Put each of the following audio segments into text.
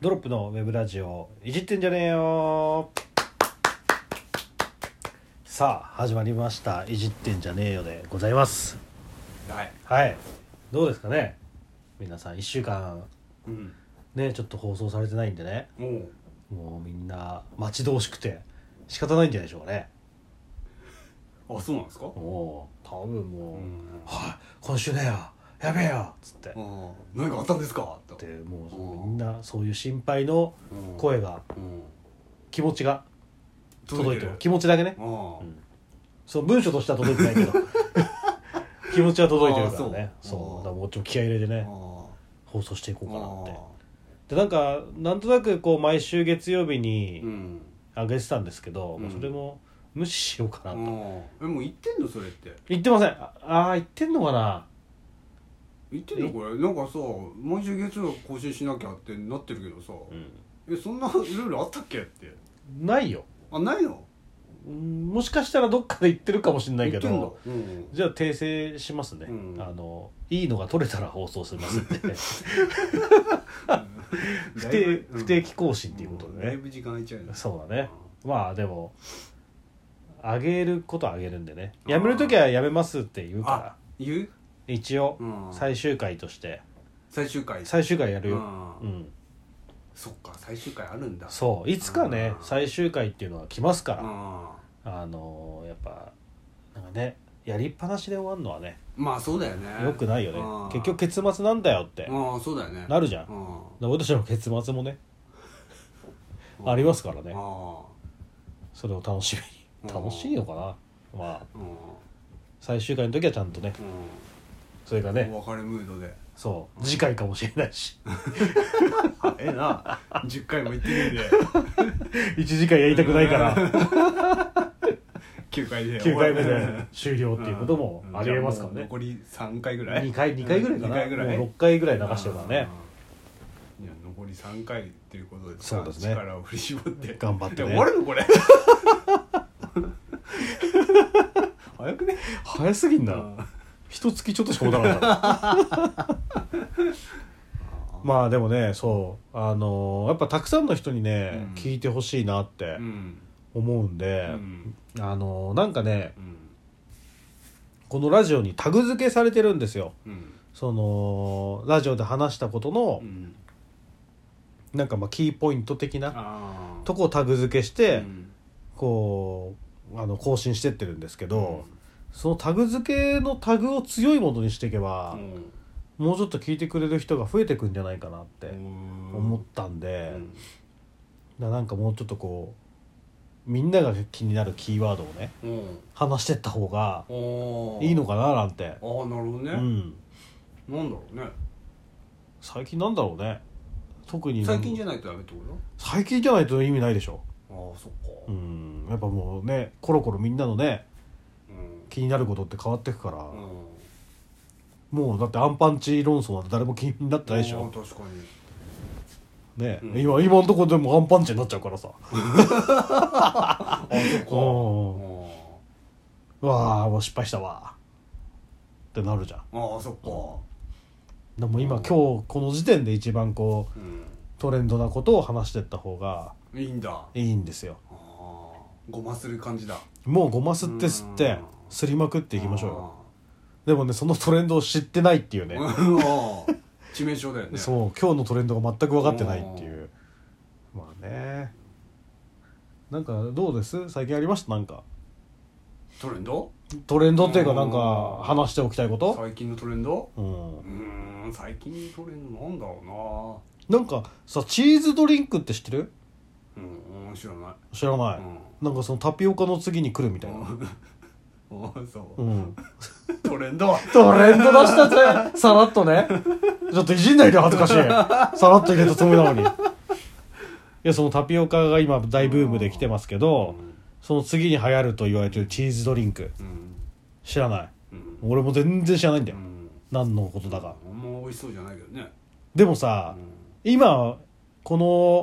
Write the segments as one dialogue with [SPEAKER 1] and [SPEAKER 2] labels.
[SPEAKER 1] ドロップのウェブラジオいじってんじゃねえよさあ始まりましたいじってんじゃねえよでございます
[SPEAKER 2] はい、
[SPEAKER 1] はいどうですかね皆さん1週間
[SPEAKER 2] うん、
[SPEAKER 1] ねちょっと放送されてないんでね
[SPEAKER 2] もう
[SPEAKER 1] もうみんな待ち遠しくて仕方ないんじゃないでしょうかね
[SPEAKER 2] あそうなんですか
[SPEAKER 1] もう多分もう、
[SPEAKER 2] うん
[SPEAKER 1] はい今週ねよやべえよっつって、
[SPEAKER 2] ああ何かあったんですかと
[SPEAKER 1] でもうみんなそういう心配の声が
[SPEAKER 2] うん
[SPEAKER 1] 気持ちが届いてる気持ちだけね
[SPEAKER 2] ああ
[SPEAKER 1] うんそう文書としては届いてないけ ど気持ちは届いてるからね
[SPEAKER 2] あ
[SPEAKER 1] そ
[SPEAKER 2] そうう
[SPEAKER 1] だからもうちょっと気合い入れて
[SPEAKER 2] あ
[SPEAKER 1] ね
[SPEAKER 2] あ
[SPEAKER 1] 放送していこうかなってで
[SPEAKER 2] あ
[SPEAKER 1] なんかなんとなくこう毎週月曜日
[SPEAKER 2] あ
[SPEAKER 1] に
[SPEAKER 2] うん
[SPEAKER 1] 上げてたんですけど、
[SPEAKER 2] うん
[SPEAKER 1] もうそれも無視しようか
[SPEAKER 2] あ
[SPEAKER 1] な
[SPEAKER 2] あ
[SPEAKER 1] と、
[SPEAKER 2] えもう言ってんのそれって
[SPEAKER 1] 言ってませんああー言ってんのかな
[SPEAKER 2] 言ってんのこれなんかさ毎週月曜更新しなきゃってなってるけどさ、えそんなルールあったっけって
[SPEAKER 1] ないよ
[SPEAKER 2] あないの
[SPEAKER 1] うんもしかしたらどっかで言ってるかもしれないけ
[SPEAKER 2] 言ってんだ
[SPEAKER 1] ど
[SPEAKER 2] うん
[SPEAKER 1] じゃあ訂正しますね、
[SPEAKER 2] うん
[SPEAKER 1] あのいいのが取れたら放送しますんで 不
[SPEAKER 2] だい
[SPEAKER 1] 定
[SPEAKER 2] ぶ
[SPEAKER 1] 不定期更新っていうこと
[SPEAKER 2] ん
[SPEAKER 1] で
[SPEAKER 2] だ
[SPEAKER 1] ね、
[SPEAKER 2] いぶ時間空いちゃうよね
[SPEAKER 1] そうだねまあでもあげることはあげるんでねやめる時はやめますって言うか
[SPEAKER 2] あ言う、
[SPEAKER 1] ら一応
[SPEAKER 2] うん、
[SPEAKER 1] 最終回として
[SPEAKER 2] 最終回
[SPEAKER 1] 最終回やるよ
[SPEAKER 2] ああ
[SPEAKER 1] うん
[SPEAKER 2] そっか最終回あるんだ
[SPEAKER 1] そういつかね
[SPEAKER 2] うん
[SPEAKER 1] 最終回っていうのが来ますから
[SPEAKER 2] ああ
[SPEAKER 1] あのーやっぱなんかねやりっぱなしで終わるのはね
[SPEAKER 2] まあそうだよね
[SPEAKER 1] よくないよ
[SPEAKER 2] うん
[SPEAKER 1] ね結局結末なんだよって
[SPEAKER 2] ああそうだよね
[SPEAKER 1] なるじゃんだ
[SPEAKER 2] う
[SPEAKER 1] か
[SPEAKER 2] ん
[SPEAKER 1] ら俺たちの結末もね
[SPEAKER 2] うん
[SPEAKER 1] ありますからね
[SPEAKER 2] あ
[SPEAKER 1] それを楽しみに
[SPEAKER 2] うん
[SPEAKER 1] 楽しいのかなまあ
[SPEAKER 2] あうん
[SPEAKER 1] 最終回の時はちゃんとねそれが
[SPEAKER 2] うん
[SPEAKER 1] ね
[SPEAKER 2] お別れムードで
[SPEAKER 1] そう次回かもしれないし
[SPEAKER 2] あええな10回も言ってるんで
[SPEAKER 1] 一時間やりたくないから
[SPEAKER 2] 9回で
[SPEAKER 1] 9回目
[SPEAKER 2] 終わ
[SPEAKER 1] で
[SPEAKER 2] る
[SPEAKER 1] 終了っていうこともありえますから
[SPEAKER 2] じゃあも
[SPEAKER 1] ね
[SPEAKER 2] う残り3回ぐらい
[SPEAKER 1] 2回二回ぐらいか
[SPEAKER 2] 2
[SPEAKER 1] な
[SPEAKER 2] 回ぐらい
[SPEAKER 1] もう6回ぐらい流してるからね
[SPEAKER 2] うんいや残り3回っていうことでさ
[SPEAKER 1] そうですね
[SPEAKER 2] 力を振り絞って
[SPEAKER 1] 頑張ってね
[SPEAKER 2] いや終わるのこれ早くね
[SPEAKER 1] 早すぎん
[SPEAKER 2] うん
[SPEAKER 1] な一月ちょっとしか持たなかった まあでもねそうあのーやっぱたくさんの人にね、
[SPEAKER 2] うん
[SPEAKER 1] 聞いてほしいなって
[SPEAKER 2] うん
[SPEAKER 1] 思うんで、
[SPEAKER 2] うん
[SPEAKER 1] あのーなんかね
[SPEAKER 2] うん
[SPEAKER 1] このラジオにタグ付けされてるんですよ
[SPEAKER 2] うん
[SPEAKER 1] そのラジオで話したことの、
[SPEAKER 2] うん
[SPEAKER 1] なんかまあキーポイント的な
[SPEAKER 2] あー
[SPEAKER 1] とこをタグ付けして、
[SPEAKER 2] うん
[SPEAKER 1] こうあの更新してってるんですけど、そのタグ付けのタグを強いものにしていけば、
[SPEAKER 2] うん
[SPEAKER 1] もうちょっと聞いてくれる人が増えてくんじゃないかなって
[SPEAKER 2] うん
[SPEAKER 1] 思ったんで、
[SPEAKER 2] うん
[SPEAKER 1] ななんかもうちょっとこうみんなが気になるキーワードをね
[SPEAKER 2] うん
[SPEAKER 1] 話してった方が
[SPEAKER 2] おー
[SPEAKER 1] いいのかななんて
[SPEAKER 2] あ、あなるほど
[SPEAKER 1] うん、
[SPEAKER 2] ね、なんだろうね
[SPEAKER 1] 最近なんだろうね特に
[SPEAKER 2] 最近じ
[SPEAKER 1] ゃ
[SPEAKER 2] ゃないとダメってこ
[SPEAKER 1] 最近じゃないと意味ないでしょ、
[SPEAKER 2] とああそっ
[SPEAKER 1] う
[SPEAKER 2] か
[SPEAKER 1] ん、やっぱもうねコロコロみんなのね
[SPEAKER 2] うん
[SPEAKER 1] 気になることって変わってくから、
[SPEAKER 2] うん
[SPEAKER 1] もうだってアンパンチ論争なんて誰も気になってないでし
[SPEAKER 2] あ
[SPEAKER 1] ょ
[SPEAKER 2] ー確かに
[SPEAKER 1] ね、
[SPEAKER 2] うん
[SPEAKER 1] 今今のとこでもアンパンチになっちゃうからさ
[SPEAKER 2] あそっか
[SPEAKER 1] うん
[SPEAKER 2] あ
[SPEAKER 1] うわあもう失敗したわってなるじゃん
[SPEAKER 2] ーあーそっか
[SPEAKER 1] でも今
[SPEAKER 2] うん
[SPEAKER 1] 今日この時点で一番こう
[SPEAKER 2] う
[SPEAKER 1] トレンドなことを話してった方が
[SPEAKER 2] んいいんだあ
[SPEAKER 1] いいんですよ
[SPEAKER 2] あごまする感じだ
[SPEAKER 1] もうごますって吸って
[SPEAKER 2] うん
[SPEAKER 1] すりまくっていきましょうよでもねそのトレンドを知ってないっていう
[SPEAKER 2] あ
[SPEAKER 1] ね
[SPEAKER 2] ーうん 致命傷だよね
[SPEAKER 1] そう今日のトレンドが全く分かってないっていうまあねなんかどうです最近ありましたなんか
[SPEAKER 2] トレンド
[SPEAKER 1] トレンドっていうかなん
[SPEAKER 2] う
[SPEAKER 1] か
[SPEAKER 2] ん
[SPEAKER 1] 話しておきたいこと、
[SPEAKER 2] 最近のトレンド
[SPEAKER 1] うん
[SPEAKER 2] う、ーん最近のトレンドなんだろ
[SPEAKER 1] なんかさチーズドリンクって知ってる
[SPEAKER 2] うなうん知らない
[SPEAKER 1] 知らない、
[SPEAKER 2] う
[SPEAKER 1] なんかそのタピオカの次に来るみたいな、、
[SPEAKER 2] んあーそううんトレンド
[SPEAKER 1] トレンド出したぜ さらっとねちょっといじんないで恥 ずかしいさらっと入れたつもりなのにいやそのタピオカが今大ブームで来てますけど、その次に流行ると言われてるチーズドリンク
[SPEAKER 2] うん
[SPEAKER 1] 知らない
[SPEAKER 2] うん
[SPEAKER 1] 俺も全然知らないんだ
[SPEAKER 2] う
[SPEAKER 1] よ、
[SPEAKER 2] ん
[SPEAKER 1] 何のことだ
[SPEAKER 2] あ
[SPEAKER 1] か
[SPEAKER 2] んま美味しそうじゃないけどね
[SPEAKER 1] でも
[SPEAKER 2] う
[SPEAKER 1] さ、
[SPEAKER 2] ん
[SPEAKER 1] 今こ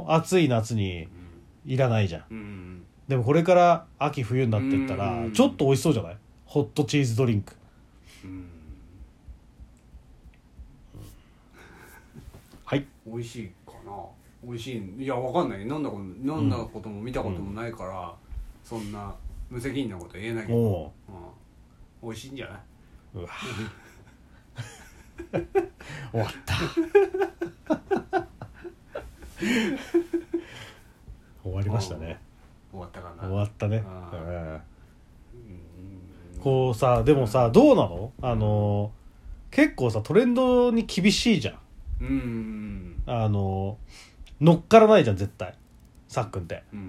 [SPEAKER 1] の暑い夏にいらないじゃん
[SPEAKER 2] うん
[SPEAKER 1] でもこれから秋冬になってったら
[SPEAKER 2] うん
[SPEAKER 1] ちょっと美味しそうじゃないホットチーズドリンク
[SPEAKER 2] うん
[SPEAKER 1] はい
[SPEAKER 2] 美味しいかな美味しいいやわかんない飲んだこと飲んだことも見たこともないから、そんな無責任なことは言えないけど、うん、
[SPEAKER 1] お
[SPEAKER 2] 美味しいんじゃないう
[SPEAKER 1] う わ終わった 終わりましたね
[SPEAKER 2] 終わったかな
[SPEAKER 1] 終わったね
[SPEAKER 2] う
[SPEAKER 1] うんこうさでもさどうなのあの結構さトレンドに厳しいじゃん
[SPEAKER 2] うんうん
[SPEAKER 1] あの乗っからないじゃん絶対さっくんって
[SPEAKER 2] うん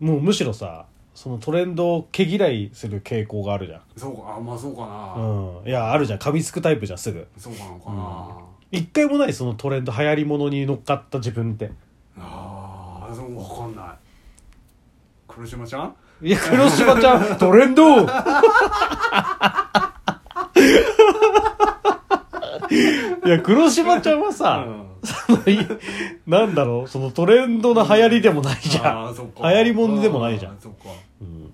[SPEAKER 2] うん
[SPEAKER 1] もうむしろさそのトレンドを毛嫌いする傾向があるじゃん
[SPEAKER 2] そうかあまあそうかな、
[SPEAKER 1] うんいやあるじゃん噛みつくタイプじゃんすぐ
[SPEAKER 2] そうなのかな、
[SPEAKER 1] 一回もないそのトレンド流行りものに乗っかった自分って
[SPEAKER 2] ああそうわかんない黒島ちゃん
[SPEAKER 1] いや黒島ち ゃんトレンド いや黒島ちゃんはさ、
[SPEAKER 2] うん
[SPEAKER 1] そのい なんだろうそのトレンドの流行りでもない じゃん、
[SPEAKER 2] あーそっ
[SPEAKER 1] 流行りもんでもないじゃん
[SPEAKER 2] あーそっか
[SPEAKER 1] うん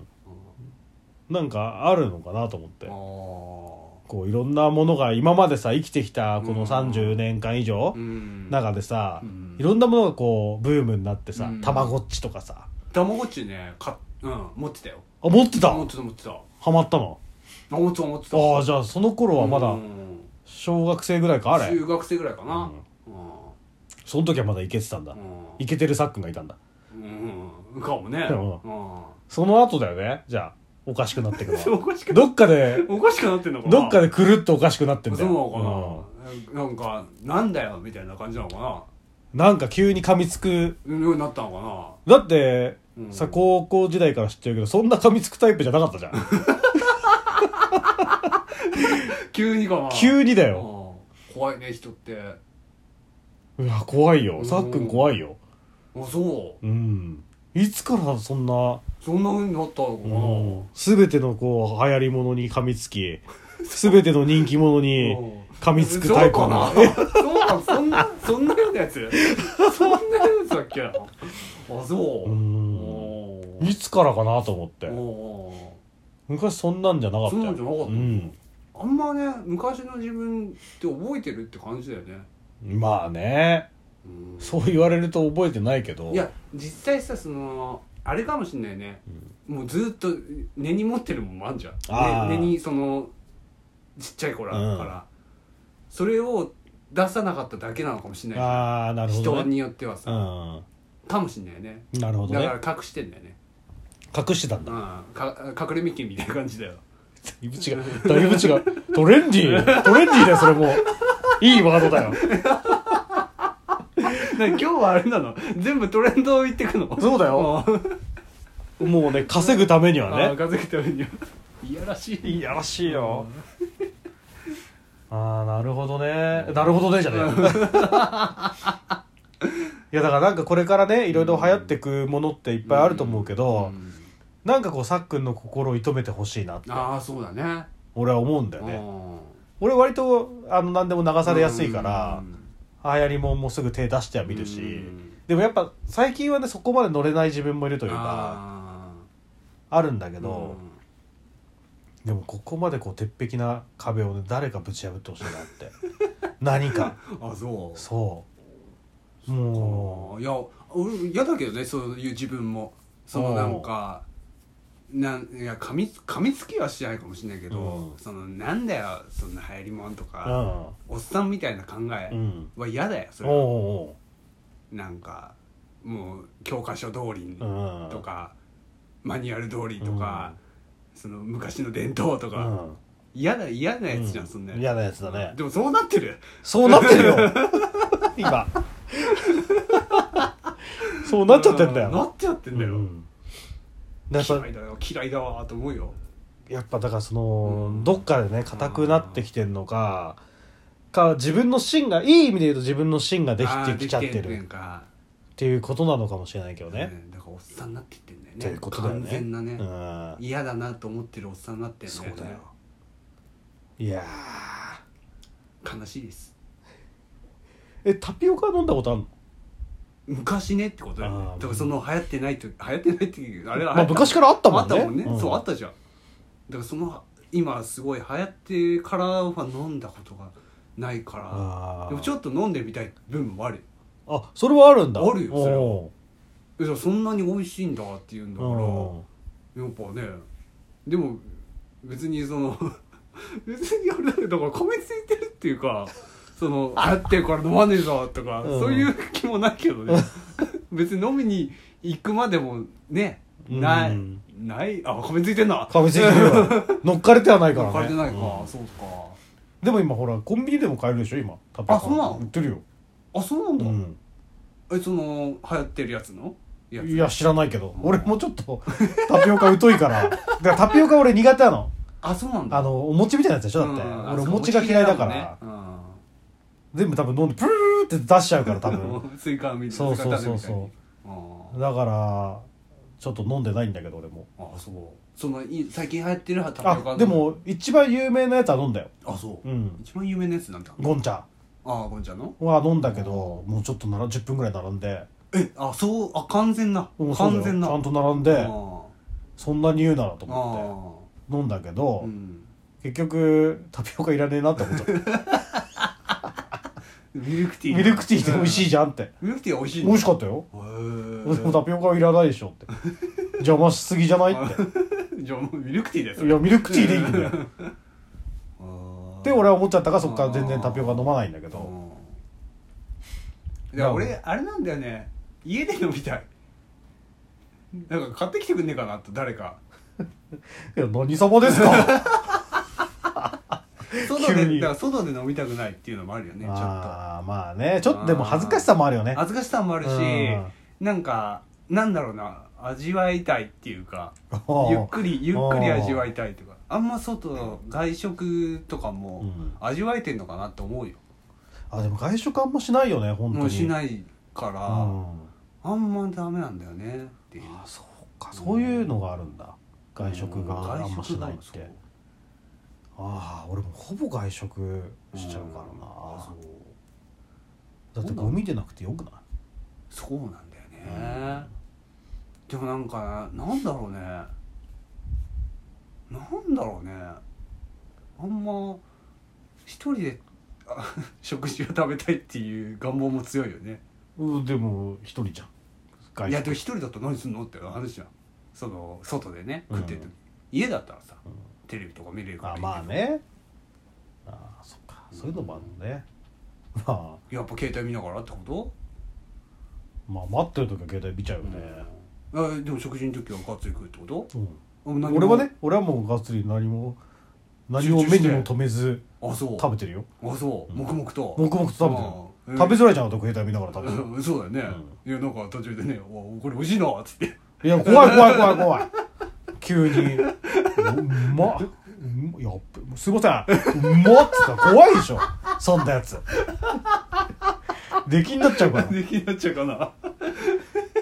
[SPEAKER 1] なんかあるのかなと思って
[SPEAKER 2] あ
[SPEAKER 1] こういろんなものが今までさ生きてきたこ
[SPEAKER 2] う
[SPEAKER 1] の
[SPEAKER 2] ん
[SPEAKER 1] 30年間以上
[SPEAKER 2] あうん
[SPEAKER 1] 中でさ、
[SPEAKER 2] うん
[SPEAKER 1] いろんなものがこうブームになってさ
[SPEAKER 2] うん
[SPEAKER 1] たまごっちとかさ
[SPEAKER 2] たまごっちねかうん持ってたよ
[SPEAKER 1] あ持ってた
[SPEAKER 2] 持ってた持ってた
[SPEAKER 1] ハマったの
[SPEAKER 2] あ持ってた持ってた
[SPEAKER 1] ああじゃあその頃はまだ
[SPEAKER 2] うん
[SPEAKER 1] 小学生ぐらいかあれ
[SPEAKER 2] 中学生ぐらいかな
[SPEAKER 1] その時はまだイケてたんだ
[SPEAKER 2] うん
[SPEAKER 1] イケてるさっくんがいたんだ
[SPEAKER 2] うんうんかもね
[SPEAKER 1] うん
[SPEAKER 2] う
[SPEAKER 1] その後だよねじゃあおかしくな ってくの
[SPEAKER 2] んお
[SPEAKER 1] は
[SPEAKER 2] かしく
[SPEAKER 1] どっかで
[SPEAKER 2] おかしくなってんのかな
[SPEAKER 1] どっかでくるっとおかしくなってんだ
[SPEAKER 2] そう
[SPEAKER 1] よ
[SPEAKER 2] なのかななんかなんだよみたいな感じなのか
[SPEAKER 1] うんなんか急に噛みつく
[SPEAKER 2] なうんなったの
[SPEAKER 1] だって、
[SPEAKER 2] うん
[SPEAKER 1] さ高校時代から知ってるけどそんな噛みつくタイプじゃなかったじゃん
[SPEAKER 2] かな急にかな
[SPEAKER 1] 急にだ
[SPEAKER 2] う
[SPEAKER 1] よ
[SPEAKER 2] ん怖いね人ってあ
[SPEAKER 1] うわ怖いよ
[SPEAKER 2] うん
[SPEAKER 1] さっくん怖いよ
[SPEAKER 2] そ
[SPEAKER 1] うんいつからそんな
[SPEAKER 2] うそんな風になったの
[SPEAKER 1] 全てのこう流行りものに噛みつき全ての人気者
[SPEAKER 2] かな
[SPEAKER 1] に
[SPEAKER 2] うん
[SPEAKER 1] 噛みつくタイプ
[SPEAKER 2] そうかなそうかそんなそんなようなやつそんなようなやつだっけあそうう
[SPEAKER 1] ん
[SPEAKER 2] おー
[SPEAKER 1] いつからかなと思って
[SPEAKER 2] おー
[SPEAKER 1] 昔そんなんじゃなかった
[SPEAKER 2] そんな
[SPEAKER 1] よ
[SPEAKER 2] んじゃなかった
[SPEAKER 1] うん
[SPEAKER 2] あんまね昔の自分って覚えてるって感じだよね
[SPEAKER 1] まあね
[SPEAKER 2] うん
[SPEAKER 1] そう言われると覚えてないけど
[SPEAKER 2] いや実際さそのあれかもしんないね、もうずっと根に持ってるもんもあんじゃん、
[SPEAKER 1] あー
[SPEAKER 2] ね根にそのちっちゃい頃
[SPEAKER 1] うん
[SPEAKER 2] から、それを出さなかっただけなのかもしんない、
[SPEAKER 1] ああなるほ
[SPEAKER 2] 人
[SPEAKER 1] どね
[SPEAKER 2] によっては
[SPEAKER 1] う
[SPEAKER 2] さ、
[SPEAKER 1] ん
[SPEAKER 2] かもしんないね
[SPEAKER 1] なるほど
[SPEAKER 2] だ
[SPEAKER 1] ね
[SPEAKER 2] から隠してんだよね、
[SPEAKER 1] 隠してたん
[SPEAKER 2] う
[SPEAKER 1] だ
[SPEAKER 2] ん、か隠れみっけみたいな感じだ よ
[SPEAKER 1] だ いぶ違うだいぶ違うトレンディートレンディーだよそれも ういいワードだよ
[SPEAKER 2] な今日はあれなの全部トレンドを言ってくの
[SPEAKER 1] そうだよ
[SPEAKER 2] あー
[SPEAKER 1] もうね稼ぐためには
[SPEAKER 2] あー
[SPEAKER 1] ね
[SPEAKER 2] 風邪きためにはいやらしい
[SPEAKER 1] いやらしいよああなるほどねなるほどねじゃ ねえよいやだからなんかこれからねいろいろ流行ってくものっていっぱいあると思うけど、
[SPEAKER 2] うん
[SPEAKER 1] なんかこうさっくんの心を射止めてほしいなって
[SPEAKER 2] ああそうだね
[SPEAKER 1] 俺は思うんだよね
[SPEAKER 2] ね
[SPEAKER 1] 俺割とあの何でも流されやすいから
[SPEAKER 2] うん
[SPEAKER 1] 流行りもんもすぐ手出しては見るし
[SPEAKER 2] うん
[SPEAKER 1] でもやっぱ最近はねそこまで乗れない自分もいるというかあるんだけ
[SPEAKER 2] け
[SPEAKER 1] ど、でもここまでこう鉄壁な壁をね誰かぶち破ってほしいなって 何か
[SPEAKER 2] あそう
[SPEAKER 1] そうも
[SPEAKER 2] あーいや俺嫌だけどねそういう自分もそのなんかなんいや噛みつ噛みつきはしないかもしれないけど
[SPEAKER 1] うん
[SPEAKER 2] そのなんだよそんな流行りもんと
[SPEAKER 1] う
[SPEAKER 2] かおっさんみたいな考
[SPEAKER 1] う
[SPEAKER 2] え
[SPEAKER 1] ん
[SPEAKER 2] は嫌だよそ
[SPEAKER 1] うんおう
[SPEAKER 2] れは
[SPEAKER 1] お
[SPEAKER 2] なんかもう教科書通りに
[SPEAKER 1] うおううん
[SPEAKER 2] とかマニュアル通りとかその昔の伝統と
[SPEAKER 1] う
[SPEAKER 2] か
[SPEAKER 1] ん
[SPEAKER 2] 嫌だ嫌なやつじゃんそんなやつ
[SPEAKER 1] 嫌なやつだね
[SPEAKER 2] でもそうなってる
[SPEAKER 1] そうなってる よ今そうなっちゃってんだよ
[SPEAKER 2] なっちゃってんだよ、
[SPEAKER 1] うんだからやっ
[SPEAKER 2] 嫌いだよ嫌いだわと思うよ
[SPEAKER 1] ぱやっぱだからその、
[SPEAKER 2] うん
[SPEAKER 1] どっかでね硬くなってきてんのかか自分の芯がいい意味で言うと自分の芯ができてきちゃって
[SPEAKER 2] あーできん
[SPEAKER 1] る
[SPEAKER 2] のか
[SPEAKER 1] っていうことなのかもしれないけどね。
[SPEAKER 2] うんだからおっさんになっていってんだよ
[SPEAKER 1] っ
[SPEAKER 2] ね
[SPEAKER 1] ていうことだよね。
[SPEAKER 2] 完全なね、
[SPEAKER 1] うん
[SPEAKER 2] 嫌だなと思ってるおっさんになってんだ
[SPEAKER 1] そ
[SPEAKER 2] よ,、ね、
[SPEAKER 1] うだよいや
[SPEAKER 2] 悲しいです
[SPEAKER 1] ーえタピオカ飲んだことあるの、
[SPEAKER 2] 昔ねってことだよね
[SPEAKER 1] あー
[SPEAKER 2] だからその流行ってないと流行ってないっていうあれは
[SPEAKER 1] まあ、昔からあったもんね
[SPEAKER 2] あったもんね、
[SPEAKER 1] うん
[SPEAKER 2] そうあったじゃんだからその今すごい流行ってからは飲んだことがないから
[SPEAKER 1] あー
[SPEAKER 2] でもちょっと飲んでみたい部分もある
[SPEAKER 1] あそれはあるんだ
[SPEAKER 2] あるよそれは
[SPEAKER 1] お
[SPEAKER 2] えじゃあそんなに美味しいんだって言う
[SPEAKER 1] ー
[SPEAKER 2] んだからやっぱねでも別にその 別にあれだけどだから米ついてるっていうかそのあってるから飲まねえぞとか、
[SPEAKER 1] うん
[SPEAKER 2] そういう気もないけどね 別に飲みに行くまでもねない、
[SPEAKER 1] うん
[SPEAKER 2] ないあ米ついてん
[SPEAKER 1] う
[SPEAKER 2] な
[SPEAKER 1] ん、噛みついてる わ乗っかれてはないからね
[SPEAKER 2] 買えてないか、
[SPEAKER 1] うん
[SPEAKER 2] そうか
[SPEAKER 1] でも今ほらコンビニでも買えるでしょ今タピオカ
[SPEAKER 2] あそうなの
[SPEAKER 1] 売ってるよ、
[SPEAKER 2] あそうなんだ、
[SPEAKER 1] うん、
[SPEAKER 2] えその流行ってるやつのやつ
[SPEAKER 1] いや知らないけど俺もちょっとタピオカ疎いからだからタピオカ俺苦手なの
[SPEAKER 2] あそうなんだ
[SPEAKER 1] あのお餅みたいなやつでしょだって、
[SPEAKER 2] うん
[SPEAKER 1] 俺お餅が嫌いだから、、
[SPEAKER 2] そう
[SPEAKER 1] 全部多分飲んでプルルルって出しちゃうから多
[SPEAKER 2] お餅嫌いだもん
[SPEAKER 1] 分
[SPEAKER 2] ね うん、スイカみたい
[SPEAKER 1] そうそうそうそう
[SPEAKER 2] あー
[SPEAKER 1] だからちょっと飲んでないんだけど俺も
[SPEAKER 2] あそうそのい最近流行ってるタピオカ
[SPEAKER 1] あでも一番有名なやつは飲んだよ
[SPEAKER 2] あそう、
[SPEAKER 1] うん
[SPEAKER 2] 一番有名なやつなんだ
[SPEAKER 1] ゴンチャ
[SPEAKER 2] ああゴンちゃんの
[SPEAKER 1] は飲んだけどもうちょっとなら10分ぐらい並んで
[SPEAKER 2] えあそうあ完全な
[SPEAKER 1] うんそうだ
[SPEAKER 2] 完
[SPEAKER 1] よ
[SPEAKER 2] 全な
[SPEAKER 1] ちゃんと
[SPEAKER 2] あ
[SPEAKER 1] 並んで
[SPEAKER 2] ー
[SPEAKER 1] そんなに言うならと思っ
[SPEAKER 2] あ
[SPEAKER 1] て飲んだけ
[SPEAKER 2] ー
[SPEAKER 1] ど、
[SPEAKER 2] うん
[SPEAKER 1] 結局タピオカいらねえなって思っちゃった
[SPEAKER 2] ミルクティー
[SPEAKER 1] ミルクティーって美味しい
[SPEAKER 2] い
[SPEAKER 1] じゃんって
[SPEAKER 2] ミルクティー美味しい
[SPEAKER 1] 美味し
[SPEAKER 2] っ
[SPEAKER 1] かったよ
[SPEAKER 2] たへ
[SPEAKER 1] でも
[SPEAKER 2] ー
[SPEAKER 1] タピオカはいらないでしょって邪魔しすぎじゃないって
[SPEAKER 2] じゃあもうミルクティーです
[SPEAKER 1] いやミルクティーでいいんだよって俺は思っちゃったからそっから全然タピオカ飲まないんだけど
[SPEAKER 2] うんいや俺あれなんだよね家で飲みたいなんか買ってきてくんねえかなと誰 か
[SPEAKER 1] いや何様ですか
[SPEAKER 2] 外で
[SPEAKER 1] 急に
[SPEAKER 2] だから外で飲みたくないっていうのもあるよねちょっと
[SPEAKER 1] あーまあねちょっとでも恥ずかしさもあるよね
[SPEAKER 2] 恥ずかしさもあるし
[SPEAKER 1] うん
[SPEAKER 2] なんかなんだろうな味わいたいっていうか
[SPEAKER 1] おー
[SPEAKER 2] ゆっくりゆっくり味わいたいとかあんま外外食とかも
[SPEAKER 1] うん
[SPEAKER 2] 味わえてんのかなって思うよ
[SPEAKER 1] あでも外食あんましないよね本当に
[SPEAKER 2] もうし
[SPEAKER 1] い
[SPEAKER 2] ないか
[SPEAKER 1] う
[SPEAKER 2] ら
[SPEAKER 1] ん
[SPEAKER 2] あんまダメなんだよねっていう
[SPEAKER 1] あそうかそういうのがあるんだ外食があんましないっ
[SPEAKER 2] 外食が
[SPEAKER 1] てああ俺もほぼ外食
[SPEAKER 2] そう
[SPEAKER 1] しちゃうから
[SPEAKER 2] うんあ
[SPEAKER 1] な
[SPEAKER 2] そう
[SPEAKER 1] だってゴミでなくてよくない
[SPEAKER 2] そうなんだよね、でもなんかなんだろうねなんだろうねあんま一人であ 食事を食べたいっていう願望も強いよね
[SPEAKER 1] うんでも一人じゃん外
[SPEAKER 2] いやでも一人だと何すんのって話じゃんその外でね
[SPEAKER 1] うん
[SPEAKER 2] 食ってる時、家だったらさ、
[SPEAKER 1] うん
[SPEAKER 2] テレビとか見れるから
[SPEAKER 1] あ
[SPEAKER 2] いいけど
[SPEAKER 1] まあねああそっかそういうのもあるねまあ
[SPEAKER 2] やっぱ携帯見ながらってこと
[SPEAKER 1] まあ待ってる時は携帯見ちゃうよね、
[SPEAKER 2] あでも食事の時はガッツリ食うってこと
[SPEAKER 1] うん
[SPEAKER 2] 俺
[SPEAKER 1] 俺はね俺はもうがっつり何も何も目にも留めず
[SPEAKER 2] あそう
[SPEAKER 1] 食べてるよ
[SPEAKER 2] あそう黙々と
[SPEAKER 1] 黙々と食べてる
[SPEAKER 2] うん
[SPEAKER 1] 食べづらいじゃん男携帯見ながら食べてる
[SPEAKER 2] うんそうだよね、いやなんか途中でね「おこれ美味しいな」っつって
[SPEAKER 1] いや怖い怖い怖い怖い急に「うまっうんやっべすいませんうまっ」つったら怖いでしょそんなやつ出禁になっちゃうから
[SPEAKER 2] できになっちゃうかな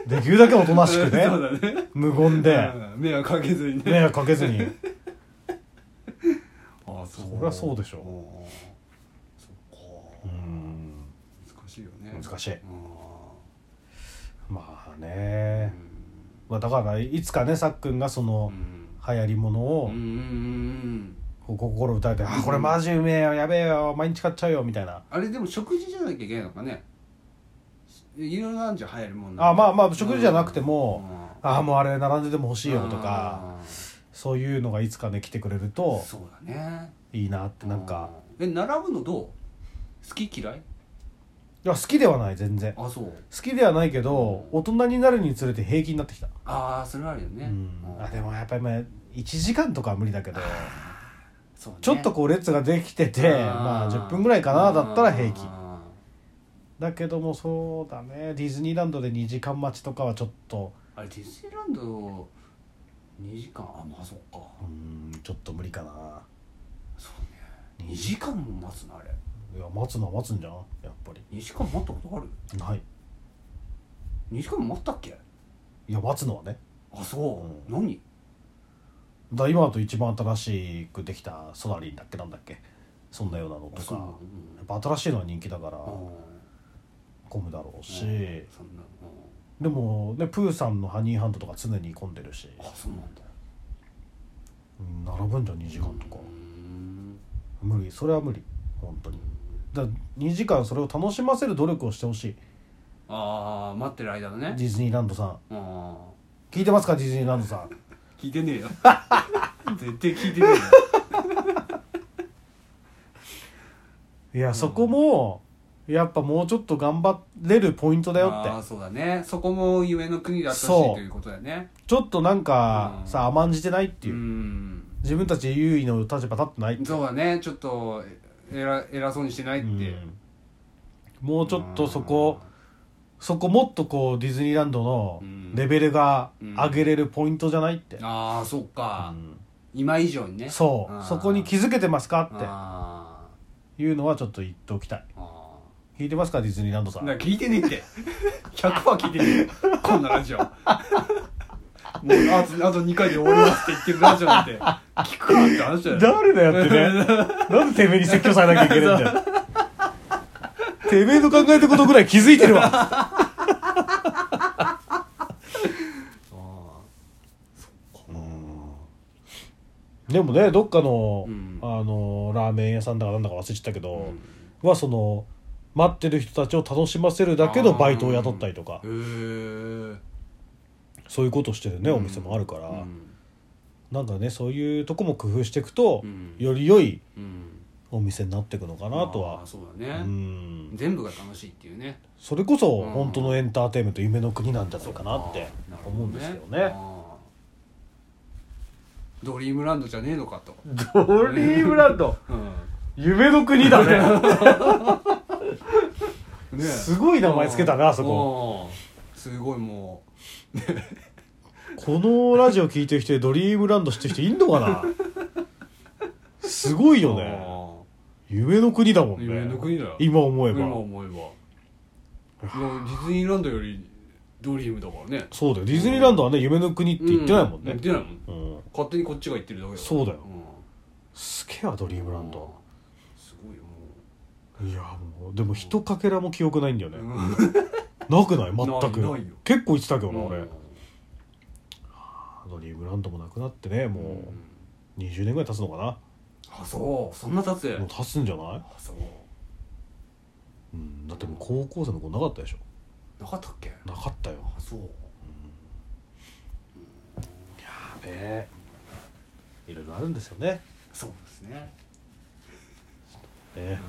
[SPEAKER 1] できるだけおとなしくね
[SPEAKER 2] そうだね
[SPEAKER 1] 無言で
[SPEAKER 2] うん迷惑かけずにね
[SPEAKER 1] 迷惑かけずに
[SPEAKER 2] あそ
[SPEAKER 1] そりゃそうでしょ
[SPEAKER 2] うんそっ
[SPEAKER 1] う
[SPEAKER 2] か
[SPEAKER 1] ん
[SPEAKER 2] 難しいよね
[SPEAKER 1] 難しい
[SPEAKER 2] うん
[SPEAKER 1] まあね、まあ、だからいつかねさっくんがそうの
[SPEAKER 2] ん
[SPEAKER 1] 流行りもの
[SPEAKER 2] う
[SPEAKER 1] を
[SPEAKER 2] んうん
[SPEAKER 1] こう心打たれて「あこれマジうめえよやべえよ毎日買っちゃうよ」みたいな
[SPEAKER 2] あれでも食事じゃなきゃいけないのかねいろいろあるじゃん流行るもん
[SPEAKER 1] あまあまあ食事じゃなくて
[SPEAKER 2] う
[SPEAKER 1] も「
[SPEAKER 2] ん
[SPEAKER 1] あもうあれ並んででも欲しいよ」とか
[SPEAKER 2] うん
[SPEAKER 1] そういうのがいつかね来てくれると
[SPEAKER 2] そうだね
[SPEAKER 1] いいなってなんか
[SPEAKER 2] うんえ並ぶのどう好き嫌い
[SPEAKER 1] いや好きではない全然
[SPEAKER 2] あそう
[SPEAKER 1] 好きではないけど大人になるにつれて平気になってきた、
[SPEAKER 2] ああそれはあるよね、
[SPEAKER 1] うん
[SPEAKER 2] うん
[SPEAKER 1] あでもやっぱりまあ1時間とかは無理だけど
[SPEAKER 2] そうね
[SPEAKER 1] ちょっとこう列ができてて、
[SPEAKER 2] うん
[SPEAKER 1] まあ10分ぐらいかなだったら平気
[SPEAKER 2] うん
[SPEAKER 1] だけどもそうだねディズニーランドで2時間待ちとかはちょっと
[SPEAKER 2] あれディズニーランド2時間あまあそっか
[SPEAKER 1] うーんちょっと無理かな
[SPEAKER 2] そうね2時間も待つなあれ
[SPEAKER 1] いや待つのは待つんじゃんやっぱり
[SPEAKER 2] 2時間待ったことある
[SPEAKER 1] ない
[SPEAKER 2] 2時間待ったっけ
[SPEAKER 1] いや待つのはね
[SPEAKER 2] あそう、
[SPEAKER 1] う
[SPEAKER 2] 何
[SPEAKER 1] だから今だと一番新しくできたソナリンだっけなんだっけそんなようなの
[SPEAKER 2] あ
[SPEAKER 1] と
[SPEAKER 2] そう
[SPEAKER 1] か
[SPEAKER 2] なの
[SPEAKER 1] やっぱ新しいのは人気だから
[SPEAKER 2] うん
[SPEAKER 1] 混むだろうし、
[SPEAKER 2] うんそんな
[SPEAKER 1] でもねプーさんのハニーハントとか常に混んでるし
[SPEAKER 2] うんあそうなんだ
[SPEAKER 1] うん並ぶんじゃん2時間とか
[SPEAKER 2] う、ん
[SPEAKER 1] 無理それは無理本当にだから2時間それを楽しませる努力をしてほしい
[SPEAKER 2] ああ待ってる間のね
[SPEAKER 1] ディズニーランドさん
[SPEAKER 2] あ
[SPEAKER 1] 聞いてますかディズニーランドさん
[SPEAKER 2] 聞いてねえよ 絶対聞いてねえよ
[SPEAKER 1] いや、そこもやっぱもうちょっと頑張れるポイントだよ
[SPEAKER 2] ああ
[SPEAKER 1] って
[SPEAKER 2] そうだねそこも夢の国だったし
[SPEAKER 1] そう
[SPEAKER 2] ということだよね
[SPEAKER 1] ちょっとなんか
[SPEAKER 2] うん
[SPEAKER 1] さ甘んじてないって
[SPEAKER 2] う
[SPEAKER 1] いう、
[SPEAKER 2] ん
[SPEAKER 1] 自分たち優位の立場立ってないって
[SPEAKER 2] そうだねちょっとえら偉そうにしてないって、
[SPEAKER 1] うんもうちょっとそこそこもっとこうディズニーランドの
[SPEAKER 2] うん
[SPEAKER 1] レベルが上げれるポイントじゃないって、
[SPEAKER 2] ああそっか、
[SPEAKER 1] うん
[SPEAKER 2] 今以上にね
[SPEAKER 1] そ
[SPEAKER 2] あー
[SPEAKER 1] うそこに気づけてますか
[SPEAKER 2] あ
[SPEAKER 1] っていうのはちょっと言っておきたい
[SPEAKER 2] ーあ
[SPEAKER 1] 聞いてますかディズニーランドさ
[SPEAKER 2] ー
[SPEAKER 1] ん
[SPEAKER 2] なんか聞いてねえって100%聞いてねえよこんなラジオもうあとあと2回で終わりますって言ってるラジオなんて聞くかって話だよ
[SPEAKER 1] 誰だ よってねなんでてめえに説教されなきゃいけないんだよてめえの考えたことぐらい気づいてるわ
[SPEAKER 2] あ
[SPEAKER 1] でもねどっかの、
[SPEAKER 2] うん
[SPEAKER 1] あのラーメン屋さんだかなんだか忘れちゃったけ
[SPEAKER 2] ー
[SPEAKER 1] ど、はその待ってる人たちを楽しませるだけのバイトを雇ったりとか
[SPEAKER 2] へー
[SPEAKER 1] そういうことしてるね、お店もあるから、
[SPEAKER 2] うん
[SPEAKER 1] なんかねそういうとこも工夫していくと、
[SPEAKER 2] うん
[SPEAKER 1] より良い
[SPEAKER 2] うん
[SPEAKER 1] お店になっていくのかなと
[SPEAKER 2] あ
[SPEAKER 1] は
[SPEAKER 2] ー、そう
[SPEAKER 1] う
[SPEAKER 2] だね、
[SPEAKER 1] ん
[SPEAKER 2] 全部が楽しいっていうね
[SPEAKER 1] それこそ
[SPEAKER 2] うん
[SPEAKER 1] 本当のエンターテインメント夢の国なんじゃないかなって
[SPEAKER 2] あーなるほど
[SPEAKER 1] 思うんですけど
[SPEAKER 2] あ
[SPEAKER 1] ね
[SPEAKER 2] ードリームランドじゃねえのかと、
[SPEAKER 1] ドリームランド
[SPEAKER 2] う
[SPEAKER 1] 夢の国だね
[SPEAKER 2] んねえ
[SPEAKER 1] すごい名前つけたなあそこ
[SPEAKER 2] こすごいも
[SPEAKER 1] このラジオ聞いてる人でドリームランド知ってる人いんのかなすごいうよね夢の国だもんね
[SPEAKER 2] 夢の国だよ
[SPEAKER 1] 今思えば
[SPEAKER 2] 今思えばもうディズニーランドよりドリームだからね
[SPEAKER 1] そうだよディズニーランドはね夢の国って言ってないもん
[SPEAKER 2] う
[SPEAKER 1] ね
[SPEAKER 2] 言ってないもん
[SPEAKER 1] うん
[SPEAKER 2] 勝手にこっちが言ってるだけだ
[SPEAKER 1] そうだよ
[SPEAKER 2] う
[SPEAKER 1] すげえわドリー
[SPEAKER 2] ん
[SPEAKER 1] ムランド
[SPEAKER 2] すごいよも
[SPEAKER 1] いやもうでも一かけらも記憶ないんだよね
[SPEAKER 2] ううん
[SPEAKER 1] なくない全く
[SPEAKER 2] ないないよ
[SPEAKER 1] 結構言ってたけどな俺
[SPEAKER 2] うん
[SPEAKER 1] ドリームランドもなくなってねも
[SPEAKER 2] ん
[SPEAKER 1] う20年ぐらい経つのかな
[SPEAKER 2] あそうそんな経つ
[SPEAKER 1] もう経つんじゃない
[SPEAKER 2] あそう
[SPEAKER 1] うんだってもう高校生の子なかったでしょ
[SPEAKER 2] なかったっけ
[SPEAKER 1] なかったよ
[SPEAKER 2] あそう
[SPEAKER 1] ねいろいろあるんですよね
[SPEAKER 2] そうですね
[SPEAKER 1] ね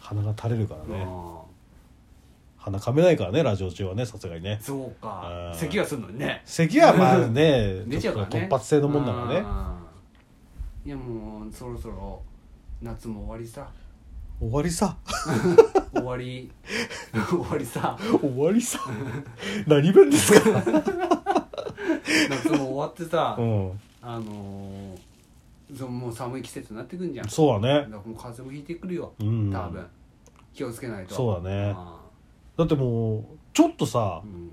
[SPEAKER 1] 鼻が垂れるから
[SPEAKER 2] ね
[SPEAKER 1] ね鼻かめないからねラジオ中はねさすがにね
[SPEAKER 2] そうか
[SPEAKER 1] うん
[SPEAKER 2] 咳がするのにね
[SPEAKER 1] 咳はまあね
[SPEAKER 2] 出ちゃうから
[SPEAKER 1] ちょっと
[SPEAKER 2] ね
[SPEAKER 1] 突発性のもんだからね
[SPEAKER 2] うんいやもうそろそろ夏も終わりさ
[SPEAKER 1] 終わりさ
[SPEAKER 2] 終わり 終わりさ
[SPEAKER 1] 終わりさ 何弁ですか
[SPEAKER 2] 夏も終わってさ
[SPEAKER 1] うん
[SPEAKER 2] あのーそもう寒い季節になってくんじゃん
[SPEAKER 1] そうだ
[SPEAKER 2] だ
[SPEAKER 1] ね
[SPEAKER 2] からもう風邪もひいてくるよ
[SPEAKER 1] うん
[SPEAKER 2] 多分気をつけないと
[SPEAKER 1] そうだね
[SPEAKER 2] あ
[SPEAKER 1] だってもうちょっとさ
[SPEAKER 2] ーうん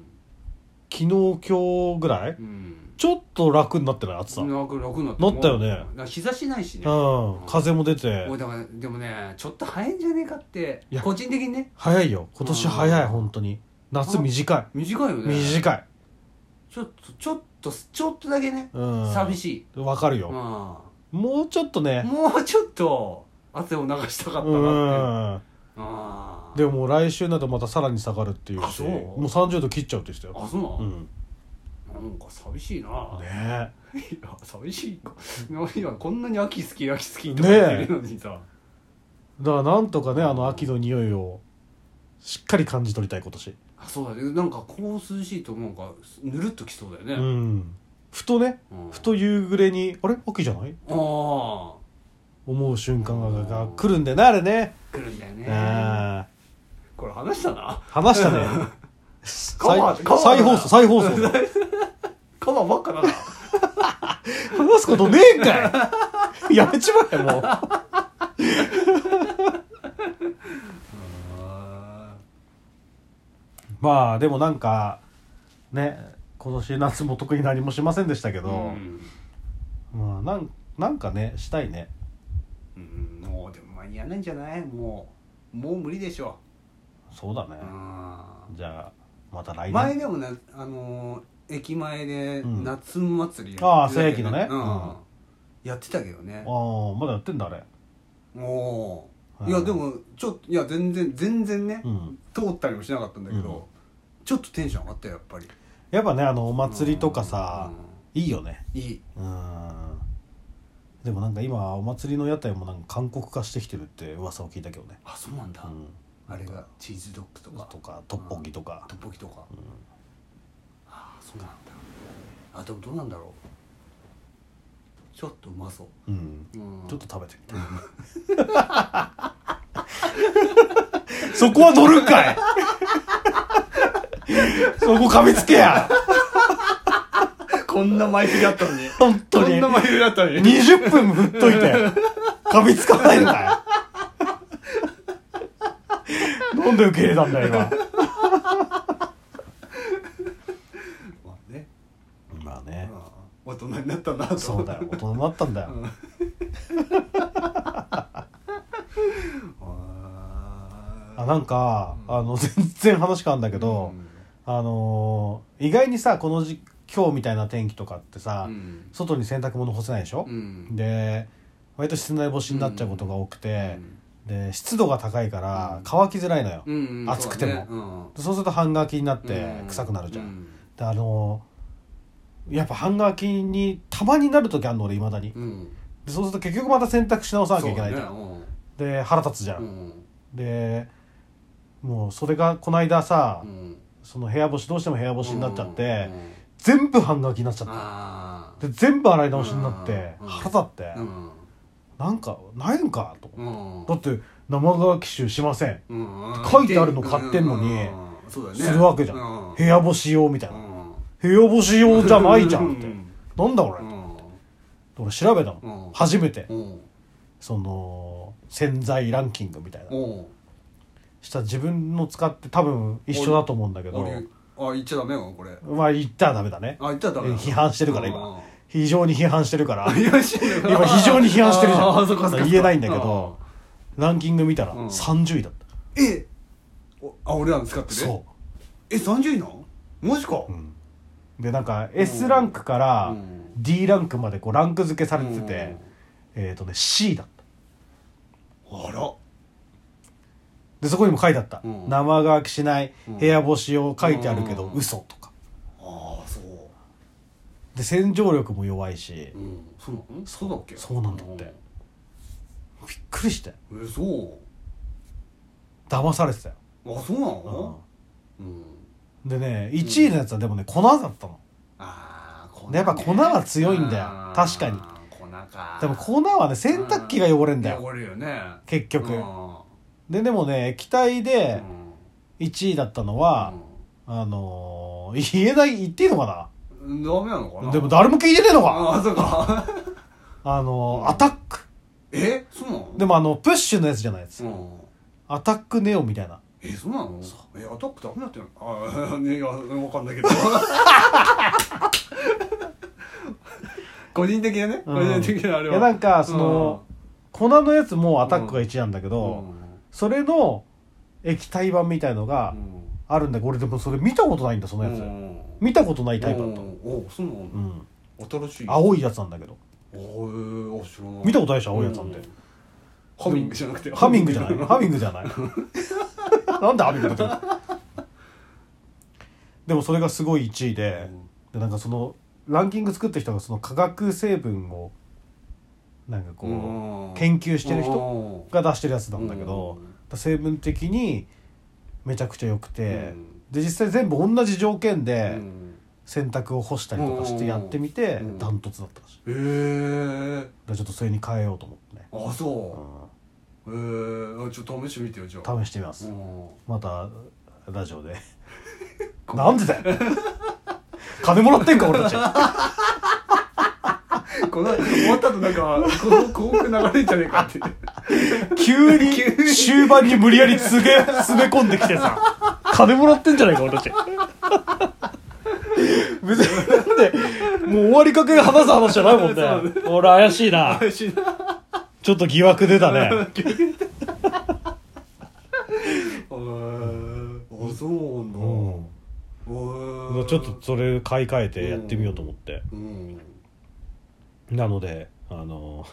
[SPEAKER 1] 昨日今日ぐらい
[SPEAKER 2] うん
[SPEAKER 1] ちょっと楽になってない暑さうん
[SPEAKER 2] 楽楽になった
[SPEAKER 1] なったよね
[SPEAKER 2] もう日差しないしね
[SPEAKER 1] 風も出て
[SPEAKER 2] もうだからでもねちょっと早いんじゃねえかって
[SPEAKER 1] いや
[SPEAKER 2] 個人的にね
[SPEAKER 1] 早いよ今年早い
[SPEAKER 2] うん
[SPEAKER 1] 本当に夏短い
[SPEAKER 2] 短いよね
[SPEAKER 1] 短い
[SPEAKER 2] ちょっとちょっとちょっとだけね、
[SPEAKER 1] うん
[SPEAKER 2] 寂しい、
[SPEAKER 1] わかる
[SPEAKER 2] うん、
[SPEAKER 1] よ
[SPEAKER 2] も
[SPEAKER 1] もうちょっとね
[SPEAKER 2] うちょっと汗を流したかった
[SPEAKER 1] う
[SPEAKER 2] なって
[SPEAKER 1] ん
[SPEAKER 2] あー
[SPEAKER 1] でももう来週になるとまたさらに下がるっていう
[SPEAKER 2] あ
[SPEAKER 1] し
[SPEAKER 2] そう
[SPEAKER 1] もう30度切っちゃうって言ってたよ
[SPEAKER 2] あそうなの、
[SPEAKER 1] うん
[SPEAKER 2] なんか寂しいな、
[SPEAKER 1] ね
[SPEAKER 2] いや 寂しいかいやこんなに秋好き秋好きとか言ってるのにさ、
[SPEAKER 1] えだからなんとかねあの秋の匂いをしっかり感じ取りたい今年
[SPEAKER 2] あそうだねなんかこう涼しいとなんかぬるっときそうだよね、
[SPEAKER 1] うんふとね
[SPEAKER 2] うん
[SPEAKER 1] ふと夕暮れにあれ秋じゃない
[SPEAKER 2] あ
[SPEAKER 1] 思う瞬間がが来るんだよねあれね
[SPEAKER 2] あ来るんだよね
[SPEAKER 1] ああ
[SPEAKER 2] これ話したな
[SPEAKER 1] 話したね
[SPEAKER 2] カバー
[SPEAKER 1] 再
[SPEAKER 2] カバー
[SPEAKER 1] 再放送再放送
[SPEAKER 2] カバーばっかだな
[SPEAKER 1] 話すことねえんかいやめちまえもう
[SPEAKER 2] あ
[SPEAKER 1] まあでもなんかね今年夏も特に何もしませんでしたけ
[SPEAKER 2] ー
[SPEAKER 1] ど、
[SPEAKER 2] ん
[SPEAKER 1] まあなんなんかねしたいね
[SPEAKER 2] うんもうでも間に合わないんじゃないもうもう無理でしょ
[SPEAKER 1] そうだね
[SPEAKER 2] う、ん
[SPEAKER 1] じゃあまた来
[SPEAKER 2] 前
[SPEAKER 1] 年
[SPEAKER 2] でもねあのー駅前で
[SPEAKER 1] うん
[SPEAKER 2] 夏祭りやって
[SPEAKER 1] ああ
[SPEAKER 2] たけど
[SPEAKER 1] 正規のね
[SPEAKER 2] うん
[SPEAKER 1] うん
[SPEAKER 2] やってたけどね
[SPEAKER 1] ああまだやってんだあれ
[SPEAKER 2] もう
[SPEAKER 1] うん
[SPEAKER 2] いやでもちょっといや全然全然ね、
[SPEAKER 1] うん
[SPEAKER 2] 通ったりもしなかったんだけど、ちょっとテンション上がったよやっぱり
[SPEAKER 1] やっぱねあのお祭りとかさ、いいよね
[SPEAKER 2] いい
[SPEAKER 1] うんでもなんか今お祭りの屋台もなんか韓国化してきてるって噂を聞いたけどね、
[SPEAKER 2] あそうなんだ、
[SPEAKER 1] うん、
[SPEAKER 2] あれがチーズドッグとか
[SPEAKER 1] とかトッポギとか
[SPEAKER 2] ト、ッポギとか、ああそうなんだあでもどうなんだろうちょっとうまそう、
[SPEAKER 1] うん
[SPEAKER 2] うん
[SPEAKER 1] ちょっと食べてみた いそこは乗るんかいそこ噛みつけや
[SPEAKER 2] こんな前振りだったのに
[SPEAKER 1] 本当
[SPEAKER 2] こ
[SPEAKER 1] に
[SPEAKER 2] んな前振りだったのに
[SPEAKER 1] 20分も振っといて噛みつかないんだよなんで受け入れたんだよ
[SPEAKER 2] まあね、
[SPEAKER 1] 今まあ
[SPEAKER 2] う
[SPEAKER 1] ね
[SPEAKER 2] ん大人になったなと
[SPEAKER 1] そうだよ大人になったんだよ、
[SPEAKER 2] うんあー
[SPEAKER 1] あなんか、
[SPEAKER 2] うん
[SPEAKER 1] あの全然話変わるんだけど、あのー意外にさこの時今日みたいな天気とかってさ、
[SPEAKER 2] うん
[SPEAKER 1] 外に洗濯物干せないでしょ
[SPEAKER 2] う、ん
[SPEAKER 1] で割と室内干しになっちゃうことが多くて
[SPEAKER 2] う、ん
[SPEAKER 1] で湿度が高いから
[SPEAKER 2] うん
[SPEAKER 1] 乾きづらいのよ、
[SPEAKER 2] うんうん
[SPEAKER 1] 暑くても
[SPEAKER 2] そうだね
[SPEAKER 1] そうすると半乾きになっ
[SPEAKER 2] うん
[SPEAKER 1] て臭くなるじゃん、
[SPEAKER 2] うん
[SPEAKER 1] であのーやっぱ半乾きにたまになる時あんの俺いまだに
[SPEAKER 2] うん
[SPEAKER 1] でそうすると結局また洗濯し直さなきゃいけないじゃん、
[SPEAKER 2] そう
[SPEAKER 1] で腹立つじゃ
[SPEAKER 2] だ
[SPEAKER 1] ん、
[SPEAKER 2] ね
[SPEAKER 1] でもうそれがこの間さ、
[SPEAKER 2] うんうん
[SPEAKER 1] その部屋干しどうしても部屋干
[SPEAKER 2] 干
[SPEAKER 1] しになっちゃって、全部半乾きになっちゃっ
[SPEAKER 2] あ
[SPEAKER 1] たで全部洗い直しになって、
[SPEAKER 2] うん
[SPEAKER 1] 腹立って、
[SPEAKER 2] あうん
[SPEAKER 1] なんかないんかと思って
[SPEAKER 2] うん
[SPEAKER 1] だって生乾き臭しません
[SPEAKER 2] うん
[SPEAKER 1] 書いてあるの買ってんのに
[SPEAKER 2] うんそうだね
[SPEAKER 1] するわけじゃん
[SPEAKER 2] うん
[SPEAKER 1] 部屋干し用みたいうな、
[SPEAKER 2] ん
[SPEAKER 1] 部屋干し用じゃないじゃんって、
[SPEAKER 2] うん
[SPEAKER 1] なんだ俺、俺調べたの、
[SPEAKER 2] うん
[SPEAKER 1] 初めて、
[SPEAKER 2] うん
[SPEAKER 1] その洗剤ランキングみたいな
[SPEAKER 2] うん
[SPEAKER 1] したら自分の使って多分一緒だと思うんだけど
[SPEAKER 2] 俺あ言っちゃダメよこれあ
[SPEAKER 1] まあ言ったらダメだね
[SPEAKER 2] 言っちゃダメだ
[SPEAKER 1] 批判してるから今
[SPEAKER 2] うんうん
[SPEAKER 1] 非常に批判してる から
[SPEAKER 2] 批判してる
[SPEAKER 1] 今非常に批判してるじゃん
[SPEAKER 2] あーそっかそっかそっか
[SPEAKER 1] 言えないんだけどランキング見たら
[SPEAKER 2] うん
[SPEAKER 1] 30位だった、
[SPEAKER 2] うんえおあ俺らの使ってる
[SPEAKER 1] そ
[SPEAKER 2] え30位なのマジか
[SPEAKER 1] う、うん、でなんか S ランクから
[SPEAKER 2] うん
[SPEAKER 1] D ランクまでこうランク付けされてて、えっ、とね C だった
[SPEAKER 2] あら
[SPEAKER 1] でそこにも書いてあった、
[SPEAKER 2] うん
[SPEAKER 1] 生乾きしない
[SPEAKER 2] うん
[SPEAKER 1] 部屋干しを書いてあるけど、
[SPEAKER 2] うん
[SPEAKER 1] 嘘とか
[SPEAKER 2] ああそう
[SPEAKER 1] で洗浄力も弱いし、
[SPEAKER 2] うんそうなのそうだっけ
[SPEAKER 1] そうなんだってびっくりして
[SPEAKER 2] うんえそ
[SPEAKER 1] 騙されてたよ、
[SPEAKER 2] うあそうな
[SPEAKER 1] う
[SPEAKER 2] のうん
[SPEAKER 1] んでね1位のやつはでもね粉だったの
[SPEAKER 2] ああ粉
[SPEAKER 1] でやっぱ粉は強いんだよ
[SPEAKER 2] あー
[SPEAKER 1] 確かに
[SPEAKER 2] 粉か
[SPEAKER 1] でも粉はね洗濯機が汚れんだよ
[SPEAKER 2] 汚れるよね
[SPEAKER 1] 結局、
[SPEAKER 2] うん
[SPEAKER 1] ででもね液体
[SPEAKER 2] う
[SPEAKER 1] で
[SPEAKER 2] ん
[SPEAKER 1] 1位だったのは、あのー、言えない言っていいのか
[SPEAKER 2] うんダメなのか
[SPEAKER 1] な
[SPEAKER 2] な
[SPEAKER 1] でも誰も聞いてねえのか
[SPEAKER 2] ああそうか
[SPEAKER 1] あのー
[SPEAKER 2] うん
[SPEAKER 1] アタック
[SPEAKER 2] えそうなの
[SPEAKER 1] で
[SPEAKER 2] も
[SPEAKER 1] もあのプッシュのやつじゃないです、
[SPEAKER 2] うん
[SPEAKER 1] アタックネオみたいな
[SPEAKER 2] えそうなのえアタックダメだってないあ あねいやわかんないけど 個人的なね
[SPEAKER 1] うん
[SPEAKER 2] 個人的なあれはい
[SPEAKER 1] やなんかその粉のやつもアタックが1なんだけ
[SPEAKER 2] う
[SPEAKER 1] ど、
[SPEAKER 2] ん
[SPEAKER 1] それの液体版みたいの
[SPEAKER 2] う
[SPEAKER 1] が
[SPEAKER 2] ん
[SPEAKER 1] あるんだけど俺でもそれ見たことないんだそのやつ、
[SPEAKER 2] うん
[SPEAKER 1] 見たことないタイプだったの
[SPEAKER 2] おおそうなの
[SPEAKER 1] うん
[SPEAKER 2] 新しい
[SPEAKER 1] 青いやつなんだけど
[SPEAKER 2] おーあ知らない
[SPEAKER 1] 見たことないでしょ青いやつなんて、
[SPEAKER 2] うハミングじゃなくて
[SPEAKER 1] ハミングじゃないハ
[SPEAKER 2] ミ
[SPEAKER 1] ミングじゃない なんでハミングだったのでもそれがすごい1位で,、でなんかそのランキング作った人がその化学成分をなんかこう、研究してる人
[SPEAKER 2] 人
[SPEAKER 1] が出してるやつなんだけど、成分的にめちゃくちゃ良くて、で実際全部同じ条件で洗濯を干したりとかしてやってみて
[SPEAKER 2] うん
[SPEAKER 1] ダントツだったらしいだ
[SPEAKER 2] ええ
[SPEAKER 1] からちょっとそれに変えようと思ってね、
[SPEAKER 2] あそううええちょっと試してみてよじゃあ
[SPEAKER 1] ん、試してみます、
[SPEAKER 2] うん
[SPEAKER 1] またラジオでなんでだ よ金もらってんか俺たち
[SPEAKER 2] この終わった後なんかこの広告流れんじゃねえかって
[SPEAKER 1] 急に
[SPEAKER 2] 急に
[SPEAKER 1] 終盤に無理やりすげえ詰め込んできてさ金もらってんじゃないか俺たち別にだってもう終わりかけ話す話じゃないもんね俺怪しいな
[SPEAKER 2] 怪しい な
[SPEAKER 1] ちょっと疑惑出たね
[SPEAKER 2] えあそうなんだ
[SPEAKER 1] うん
[SPEAKER 2] おー
[SPEAKER 1] ちょっとそれ買い替えてやってみようと思って
[SPEAKER 2] うん
[SPEAKER 1] なのであの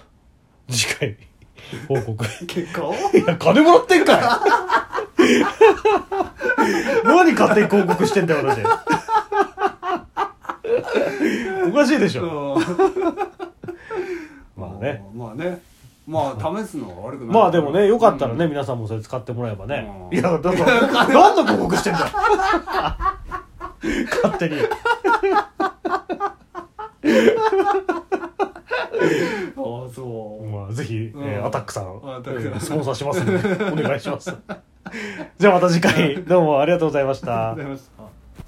[SPEAKER 1] 次回報告
[SPEAKER 2] 結果を
[SPEAKER 1] いや、金もらってんかい何勝手に広告してんだよ私おかしいでしょ
[SPEAKER 2] うん
[SPEAKER 1] まあね
[SPEAKER 2] まあねまあ試すのは悪くない
[SPEAKER 1] まあでもねよかったらね、
[SPEAKER 2] うん
[SPEAKER 1] 皆さんもそれ使ってもらえばね、
[SPEAKER 2] うん
[SPEAKER 1] いやだから何の広告してんだよ勝手に
[SPEAKER 2] ああそう、
[SPEAKER 1] まあ、ぜひ、えー
[SPEAKER 2] うん
[SPEAKER 1] アタックさん、
[SPEAKER 2] アタックさん
[SPEAKER 1] えースポンサーしますので、お願いします。じゃあまた次回、どうもありがとうございまし
[SPEAKER 2] あ
[SPEAKER 1] た
[SPEAKER 2] りがとうござ。いました